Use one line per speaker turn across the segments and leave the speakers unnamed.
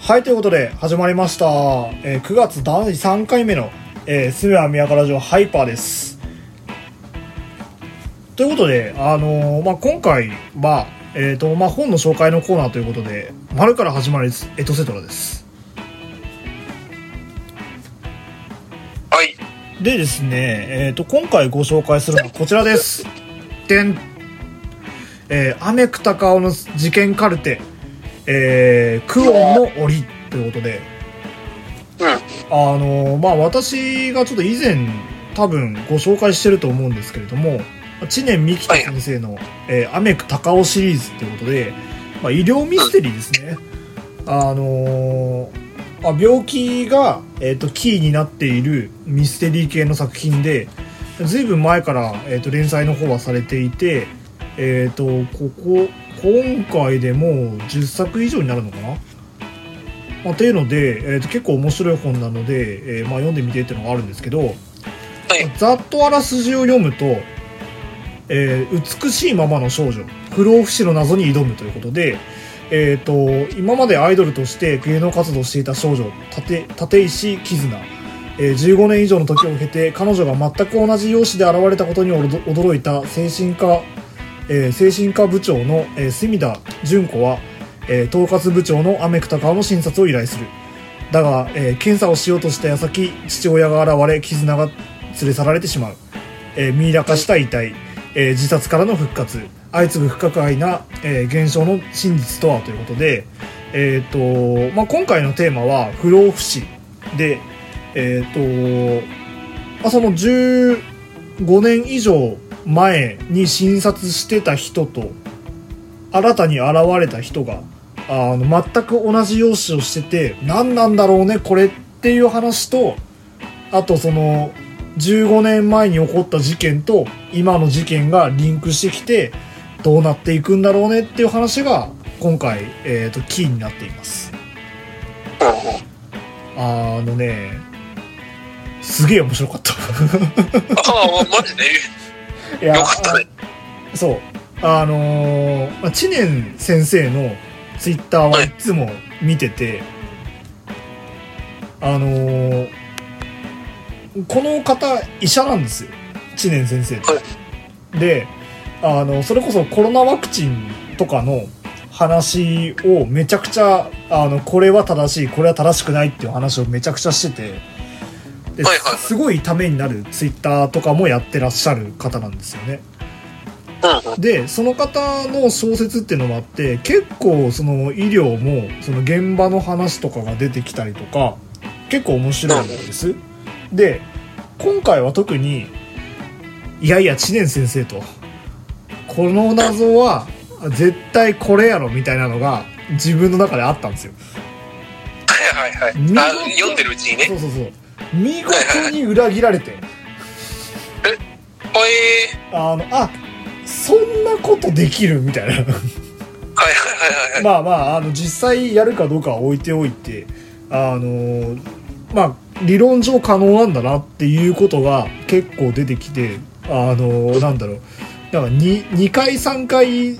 はい、ということで始まりました。えー9月第3回目の、えー、スメア宮から城ハイパーです。ということで、あのーまあ、今回は、えっ、と、まあ、本の紹介のコーナーということで、丸から始まるエトセトラです。
はい。
でですね、えっ、と、今回ご紹介するのはこちらです。てん。えー、アメクタカオの事件カルテ、えー、クオンの檻ということで、
う
あのまあ私がちょっと以前多分ご紹介してると思うんですけれども知念美希先生の「えーアメク高尾」シリーズということで、まあ、医療ミステリーですね。あのまあ、病気が、えー、とキーになっているミステリー系の作品で随分前から、えー、と連載の方はされていて、えー、とここ今回でもう10作以上になるのかなまあ、というので、えーと結構面白い本なので、えーまあ、読んでみてっていうのがあるんですけど、
い
ざっとあらすじを読むと、えー美しいままの少女不老不死の謎に挑むということで、えー、と今までアイドルとして芸能活動をしていた少女立立石絆、えー15年以上の時を経て彼女が全く同じ容姿で現れたことに驚驚いた精神科えー精神科部長の、えー隅田純子は、えー統括部長のアメクタカの診察を依頼するだが、えー検査をしようとした矢先父親が現れ絆が連れ去られてしまう、えー、ミイラ化した遺体、えー自殺からの復活相次ぐ不可解な、えー現象の真実とはということで、えーとまあ、今回のテーマは不老不死で、えーとまあ、その10 5年以上前に診察してた人と新たに現れた人があの全く同じ容姿をしてて何なんだろうねこれっていう話とあとその15年前に起こった事件と今の事件がリンクしてきてどうなっていくんだろうねっていう話が今回、えー、とキーになっていますあのねすげえ面白かった
ああ、マジで
いや
よかったね。
そう。あのーまあ知念先生のツイッターはいつも見てて、あのーこの方、医者なんですよ。知念先生って。
は
で、あの、それこそコロナワクチンとかの話をめちゃくちゃ、あの、これは正しい、これは正しくないっていう話をめちゃくちゃしてて、で
はいはい
すごいためになるツイッターとかもやってらっしゃる方なんですよね。
うんうん。
でその方の小説っていうのもあって結構その医療もその現場の話とかが出てきたりとか結構面白いんですで今回は特にいやいや知念先生とこの謎は絶対これやろみたいなのが自分の中であったんですよ
はいはいはい。あ読んでるうちにね。
そうそうそう見事に裏切られて
ほえ
あのあそんなことできるみたいな
ー。はいはいはいはい。
まあまああの実際やるかどうかは置いておいてあのーまあ理論上可能なんだなっていうことが結構出てきてあのーなんだろうだから 2, 2回3回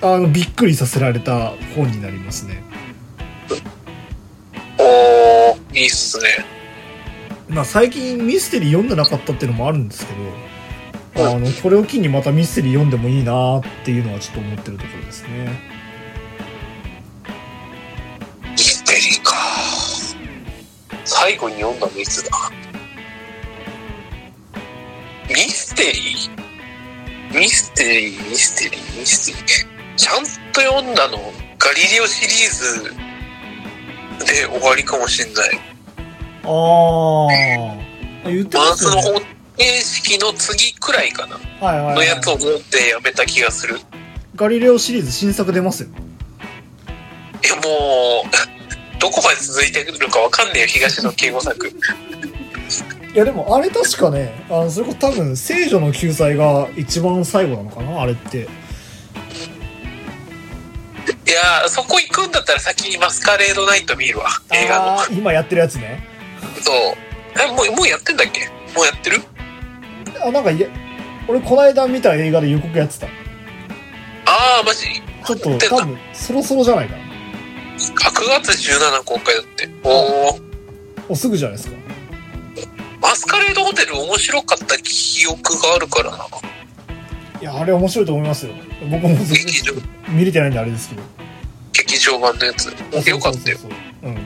あのびっくりさせられた本になりますね。
おー、いいっすね。
まあ、最近ミステリー読んでなかったっていうのもあるんですけどあのこれを機にまたミステリー読んでもいいなっていうのはちょっと思ってるところですね。
ミステリーか。最後に読んだのいつだミステリーミステリー、ミステリー、ミステリー。ちゃんと読んだの、ガリレオシリーズで終わりかもしんない。
ああ言って
マ
ま
ン
す
ス
よね。
の方程式の次くらいかな
はいはいはい
のやつを持ってやめた気がする。い
ガリレオシリーズ新作出ますよ。
やもう、 どこまで続いてるかわかんねえよ、東野敬吾作。
いやでもあれ確かね、あのそれこそ多分聖女の救済が一番最後なのかなあれって。
いやー、そこ行くんだったら先にマスカレードナイト見るわ、映画の
あ。ー今やってるやつね。
そう。え、もう、もうやってんだっけもうやってる
あなんかいや、俺こないだ見た映画で予告やってた。
あー、マジ。
ちょっと多分そろそろじゃないかな。
9月17公開だって。おお。
おすぐじゃないですか
マスカレードホテル面白かった記憶があるからな。
いやあれ面白いと思いますよ僕もずっ
劇場、
と見れてないんであれですけど
劇場版のやつ。よかった
そう
よ。
そうそううん
あ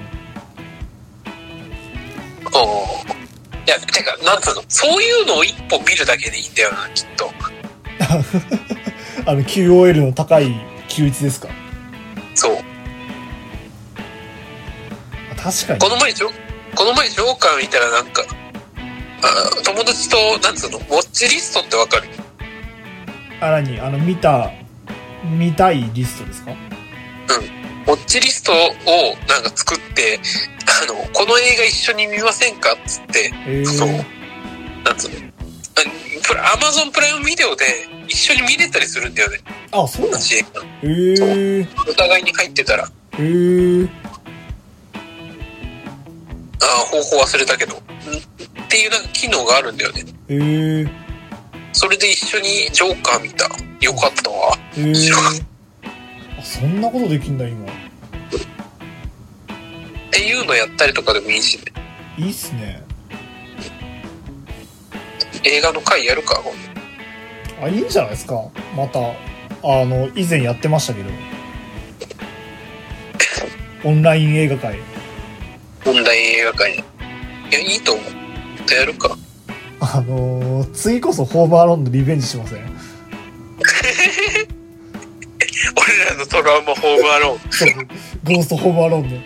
あ。いや、てか、なんつうの、そういうのを一本見るだけでいいんだよな、きっと。
あの QOL の高い休一ですか
そう。
確かに
この前ジョ、この前ジョーカー見たらなんか、あ友達と、なんつうの、ウォッチリストってわかる
あらにあの見た見たいリストですか
ウォッチリストをなんか作って、あの、この映画一緒に見ませんかっつって、
えー、
そう。なんつうの、あプラアマゾンプライムビデオで一緒に見れたりするんだよね、
あそう
同
なの
じ映画。
えー、
お互いに入ってたら、あ
えー、
あ、方法忘れたけど、んっていうなんか機能があるんだよね。
えー、
それで一緒にジョーカー見た。よかったわ。
えー、あそんなことできんだ今
っていうのやったりとかでもいいしね。
いいっすね
映画の回やるか、今度
あいいんじゃないですかまたあの以前やってましたけどオンライン映画会
オンライン映画館に。いや、いいと思う。やるか。
あのー、次こそホームアローンのリベンジしません
俺らのトラウマホームアローン。
そうゴーストホームアローンで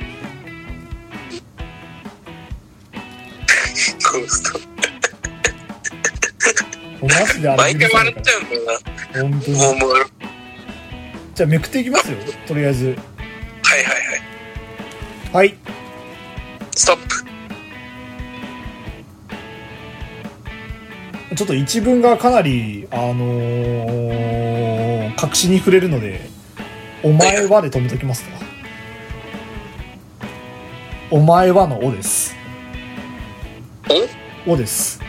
もうマジであ
毎
れ許
回
さない
笑
か
っちゃうんだよな、
ら本当に
ホームアローン。
じゃあめくっていきますよとりあえず
はいはいはい。
はい
ストップ。
ちょっと一文がかなりあのー、隠しに触れるので「お前は」で止めときますか「お前は」の「お」です「お」です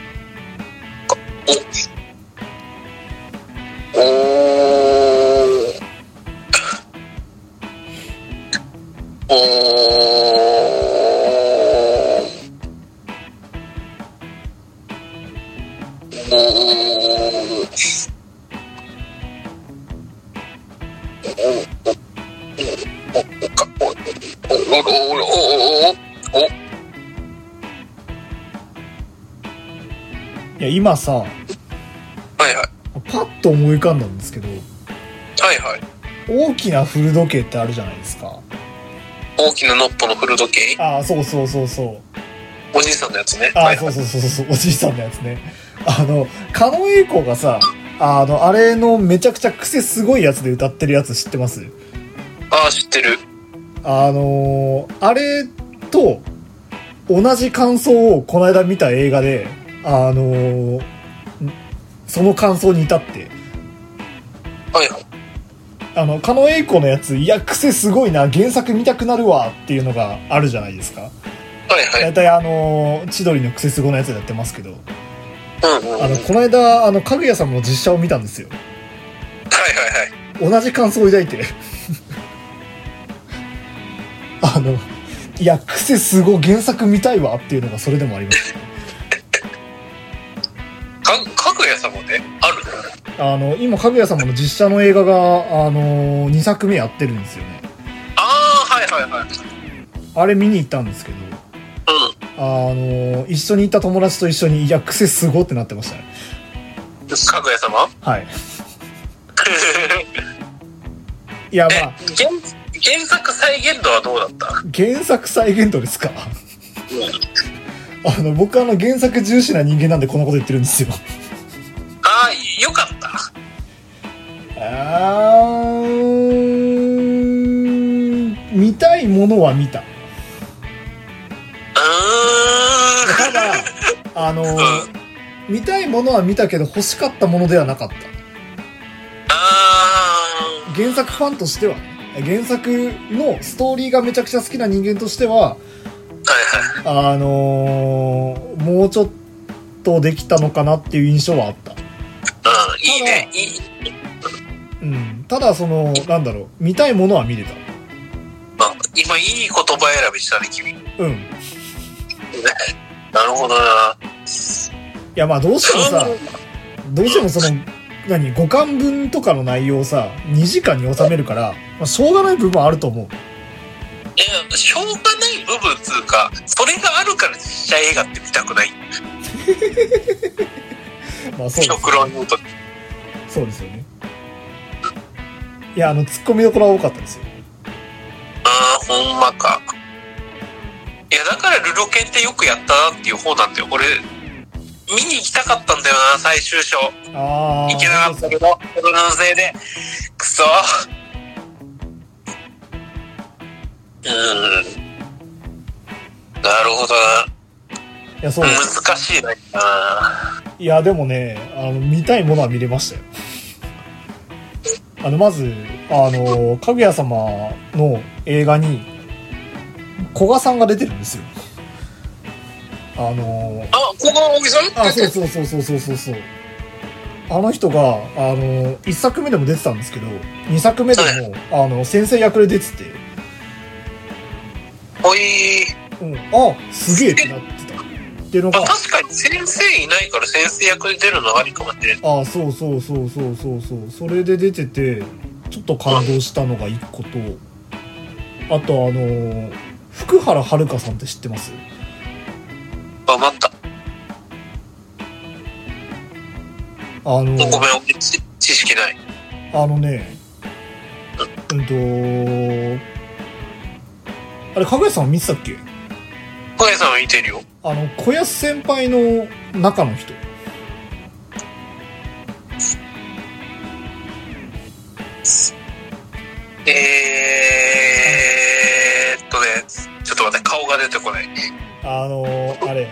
おおー。おー。おー。
いや今さ
はいはい。
パッと思い浮かんだんですけど
はいはい。
大きな古時計ってあるじゃないですか
大きなノッポの古時計
ああそうそうそうそう
おじいさんのやつね。
あ
は
あ
い
そ
は
う
い。
そうそうそうおじいさんのやつねあの狩野英孝がさあのあれのめちゃくちゃ癖すごいやつで歌ってるやつ知ってます
ああ、知ってる。
あのーあれと同じ感想をこの間見た映画であのーんその感想に至って
はいはい。
あの狩野英孝のやついや癖すごいな原作見たくなるわっていうのがあるじゃないですか
はいはい。
大体あのー千鳥の癖すごのやつでやってますけど
うんうんう
あ
ん。はい
の
はい
この間あのかぐや様の実写を見たんですよ
はい。
同じ感想を抱いて あのいや癖すごい原作見たいわっていうのがそれでもあります
か、かぐや様ね。ある
あの今かぐや様の実写の映画があの2作目やってるんですよね
ああ、はいはいはい。
あれ見に行ったんですけど
う
あの一緒に行った友達と一緒にいや癖すごってなってましたね
ん。かぐや様
はいいや
え、
まあ
原、原作再現度はどうだった
原作再現度ですか あの僕あの原作重視な人間なんでこんなこと言ってるんですよ
ああ、よかった。
あー見たいものは見た
う
ただあの
ーん。うん。
見たいものは見たけど欲しかったものではなかった
あ
原作ファンとしては原作のストーリーがめちゃくちゃ好きな人間としては
あ、はいはい。
あのーもうちょっとできたのかなっていう印象はあった、
うん、いいね。いい。
うん、ただそのなんだろう見たいものは見れた
まあ、今いい言葉選びしたね、君。
うん。い
なるほどな。
や、まあ、どうしてもさ、
うん
どうしてもその、何、5巻分とかの内容をさ、2時間に収めるから、まあ、しょうがない部分はあると思う。
いや、しょうがない部分つうか、それがあるから実写映画って見たくない。
まあ、そうです
極論言うと。
そうですよね。いや、あの、突っ込みどころは多かったですよ。
ああ、ほんまか。いや、だからルロケンってよくやったなっていう方なんだよ。俺、見に行きたかったんだよな、最終章。
ああ。
行けなかったけど、コロナのせいで。くそ。うーん。なるほどな。
いや、そうです。
難しいな。あ
いや、でもね、あの、見たいものは見れましたよ。あの、まず、あの、かぐや様の映画に、古賀さんが出てるんですよ。あの、
あ、ここのお店
あ、そうそうそうそうそうそうそう。あの人が、あの、1作目でも出てたんですけど、2作目でも、あの、先生役で出てて、
ほい。
うん、あ、すげえってなってた。っていうの
ま
が
あ、、確かに先生いないから先生役で出るのはありかもしれない。
ああそうそうそうそうそうそうそれで出ててちょっと感動したのが一個とあとあのー福原遥さんって知ってます
あ、待った。
あの
ご
ー
めん、俺知知識ない。
あのねうんとあれかぐやさん見てたっけ
小屋さんは見てるよ。
あの小安先輩の中の人
えーっとね、ちょっと待って、顔が出てこない。
あのーあれ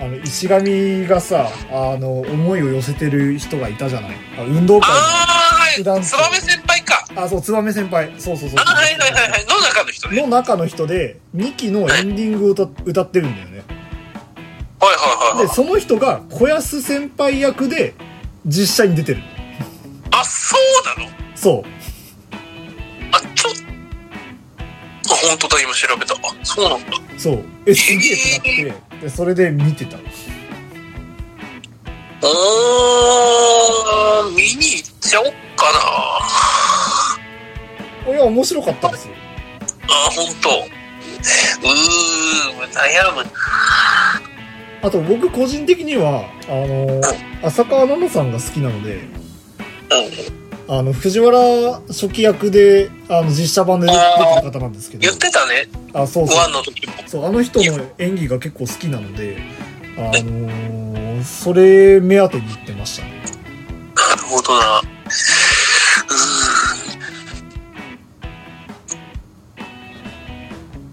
あの石神がさあの思いを寄せてる人がいたじゃないあ運動
あ
会
ー、
普段
は
と
い。ツバメ先輩か。
のあそう燕先輩そうそうそう
あー、はいはいはいはい。の中の人ね。
の中の人で2期のエンディングを歌歌ってるんだよね
はいはいは
で
いはい。
その人が小安先輩役で実写に出てる
あ、そうなの
そ
あ、ちょっと。あ、本当だ、今調べた。あ、そうなんだ。
うそうえすげえってなってでそれで見てた
おー、見に行っちゃおっかな。
いや面白かったですよ
あ、本当。うー、悩む。
あと僕個人的にはあのー浅川奈々さんが好きなので
うん。
あの藤原初期役であの実写版で出てる方なんですけど
言ってたね、
あそう
ご
そう
飯の時も。
そうあの人の演技が結構好きなのであのーそれ目当てに行ってましたね
なるほどな。うーん。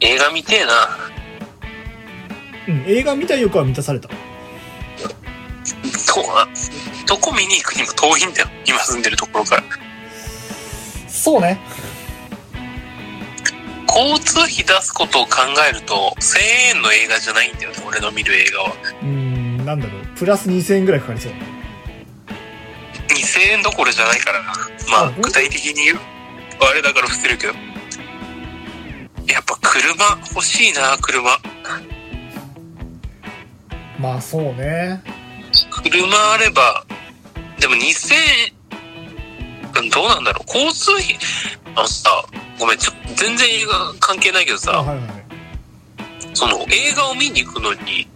映画見てえな。
うん、映画見たい欲は満たされた。
どこな、どこ見に行くにも遠いんだよ。今住んでるところから。
そうね。
交通費出すことを考えると、1000円の映画じゃないんだよね。俺の見る映画は。
うん、なんだろう。プラス2000円ぐらいかかりそう。
2000円どころじゃないからな。ま
あ
あ、具体的に言う。あれだから伏せるけど。やっぱ車欲しいな、車。
まあそうね。
車あれば、でも2000円、うんどうなんだろう。交通費、あのさ、ごめん、ちょ全然映画関係ないけど
あ、
さ、
はいはい。
その映画を見に行くのに、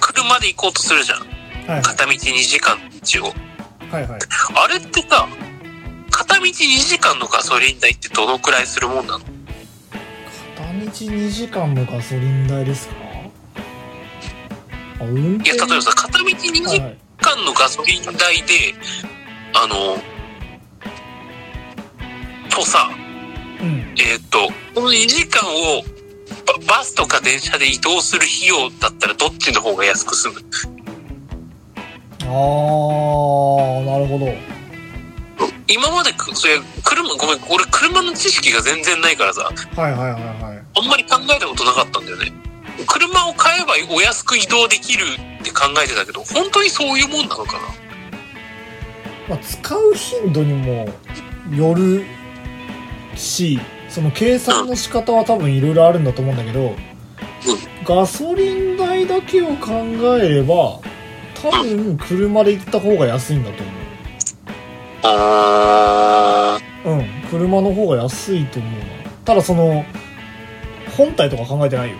車で行こうとするじゃん。
はいはい。
片道2時間の道を。
はいはい。
あれってさ、片道2時間のガソリン代ってどのくらいするもんなの
片道2時間のガソリン代ですかあ、運
いや、
転
例えばさ、片道2時
はい
間
はい。
のガソリン代で、あの、とさ、
うん。
えーっと、この2時間をババスとか電車で移動する費用だったらどっちの方が安く済む
あー、なるほど。
今までくそれ車、ごめん、俺車の知識が全然ないからさ、
はいはいはいはい。
あんまり考えたことなかったんだよね。車を買えばお安く移動できるって考えてたけど、本当にそういうもんなのかな
まあ、使う頻度にもよるし、その計算の仕方は多分いろいろあるんだと思うんだけど、ガソリン代だけを考えれば多分車で行った方が安いんだと思
あー
ううん車の方が安いと思うなただその本体とか考えてないよ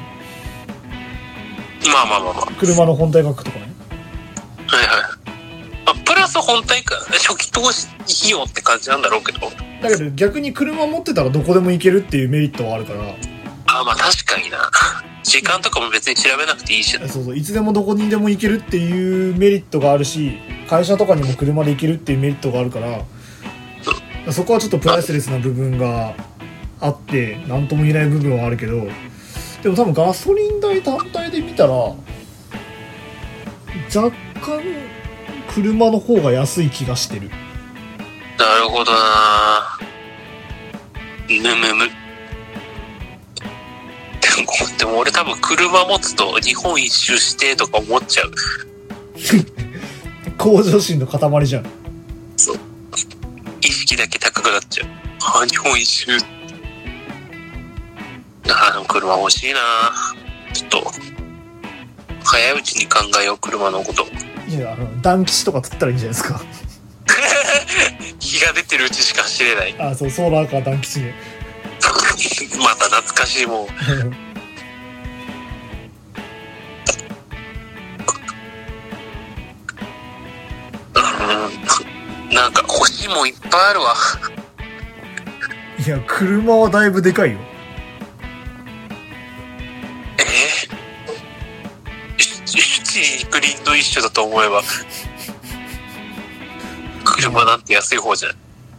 まあまあまあまあ。
車の本体額とかね
はいはい。まあ、プラス本体か、初期投資費用って感じなんだろうけど。
だけど逆に車持ってたらどこでも行けるっていうメリットはあるから
ああ、まあ確かにな。時間とかも別に調べなくていいしな。
そうそういつでもどこにでも行けるっていうメリットがあるし会社とかにも車で行けるっていうメリットがあるからそこはちょっとプライスレスな部分があって何とも言えない部分はあるけどでも多分ガソリン代単体で見たら若干車の方が安い気がしてる
なるほどなむむむ。でも、でも俺多分車持つと日本一周してとか思っちゃう。
向上心の塊じゃん
意識だけ高くなっちゃう。ああ、日本一周。ああ、でも車欲しいなちょっと、早いうちに考えよう、車のこと。
いやあの団吉とか作ったらいいんじゃないですか
日が出てるうちしか走れない。
あそうソーラーか団吉ね
また懐かしいもん。うんなんか欲しいもんいっぱいあるわ。
いや車はだいぶでかいよ
えー、シュシュチークリーンと一緒だと思えば。車なんて安い方じゃない。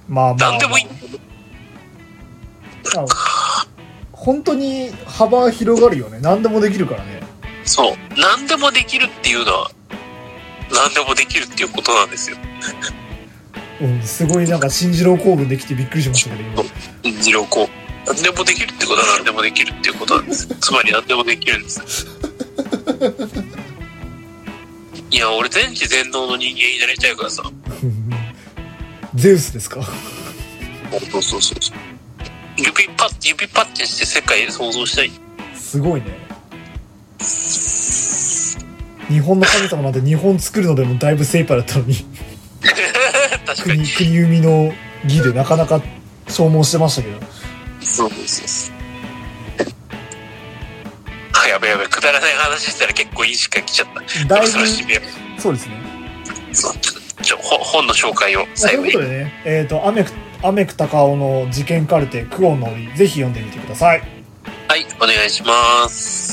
まあまあ、
なんでもいい。
あの本当に幅広がるよね何でもできるからね
そう。何でもできるっていうのは、何でもできるっていうことなんですよ。
うんすごいなんか新次郎構文できてびっくりしましたけど今
二郎こう。何でもできるってことは何でもできるっていうことなんです。つまり何でもできるんです。いや、俺全知全能の人間になりたいからさ。
ゼウスですか
そうそうそうそう。指パッ、指パッチンして世界想像したい。
すごいね日本の神様なんて日本作るのでもだいぶ精一杯だったのに
確か
国
に。
国生みの儀でなかなか消耗してましたけど
そうそうそう。あ、 やべやべ、くだらない話したら結構いい時間来ちゃった。
だい
そろそ
ぶ
ろ締めよ
そうですね
うそうちょちょほ本の紹介を
まあ
最
とい
後
う
に
こ。とでね、えっ、と、アメク、アメクタカオの事件カルテ、クオンの折、ぜひ読んでみてください。
はい、お願いします。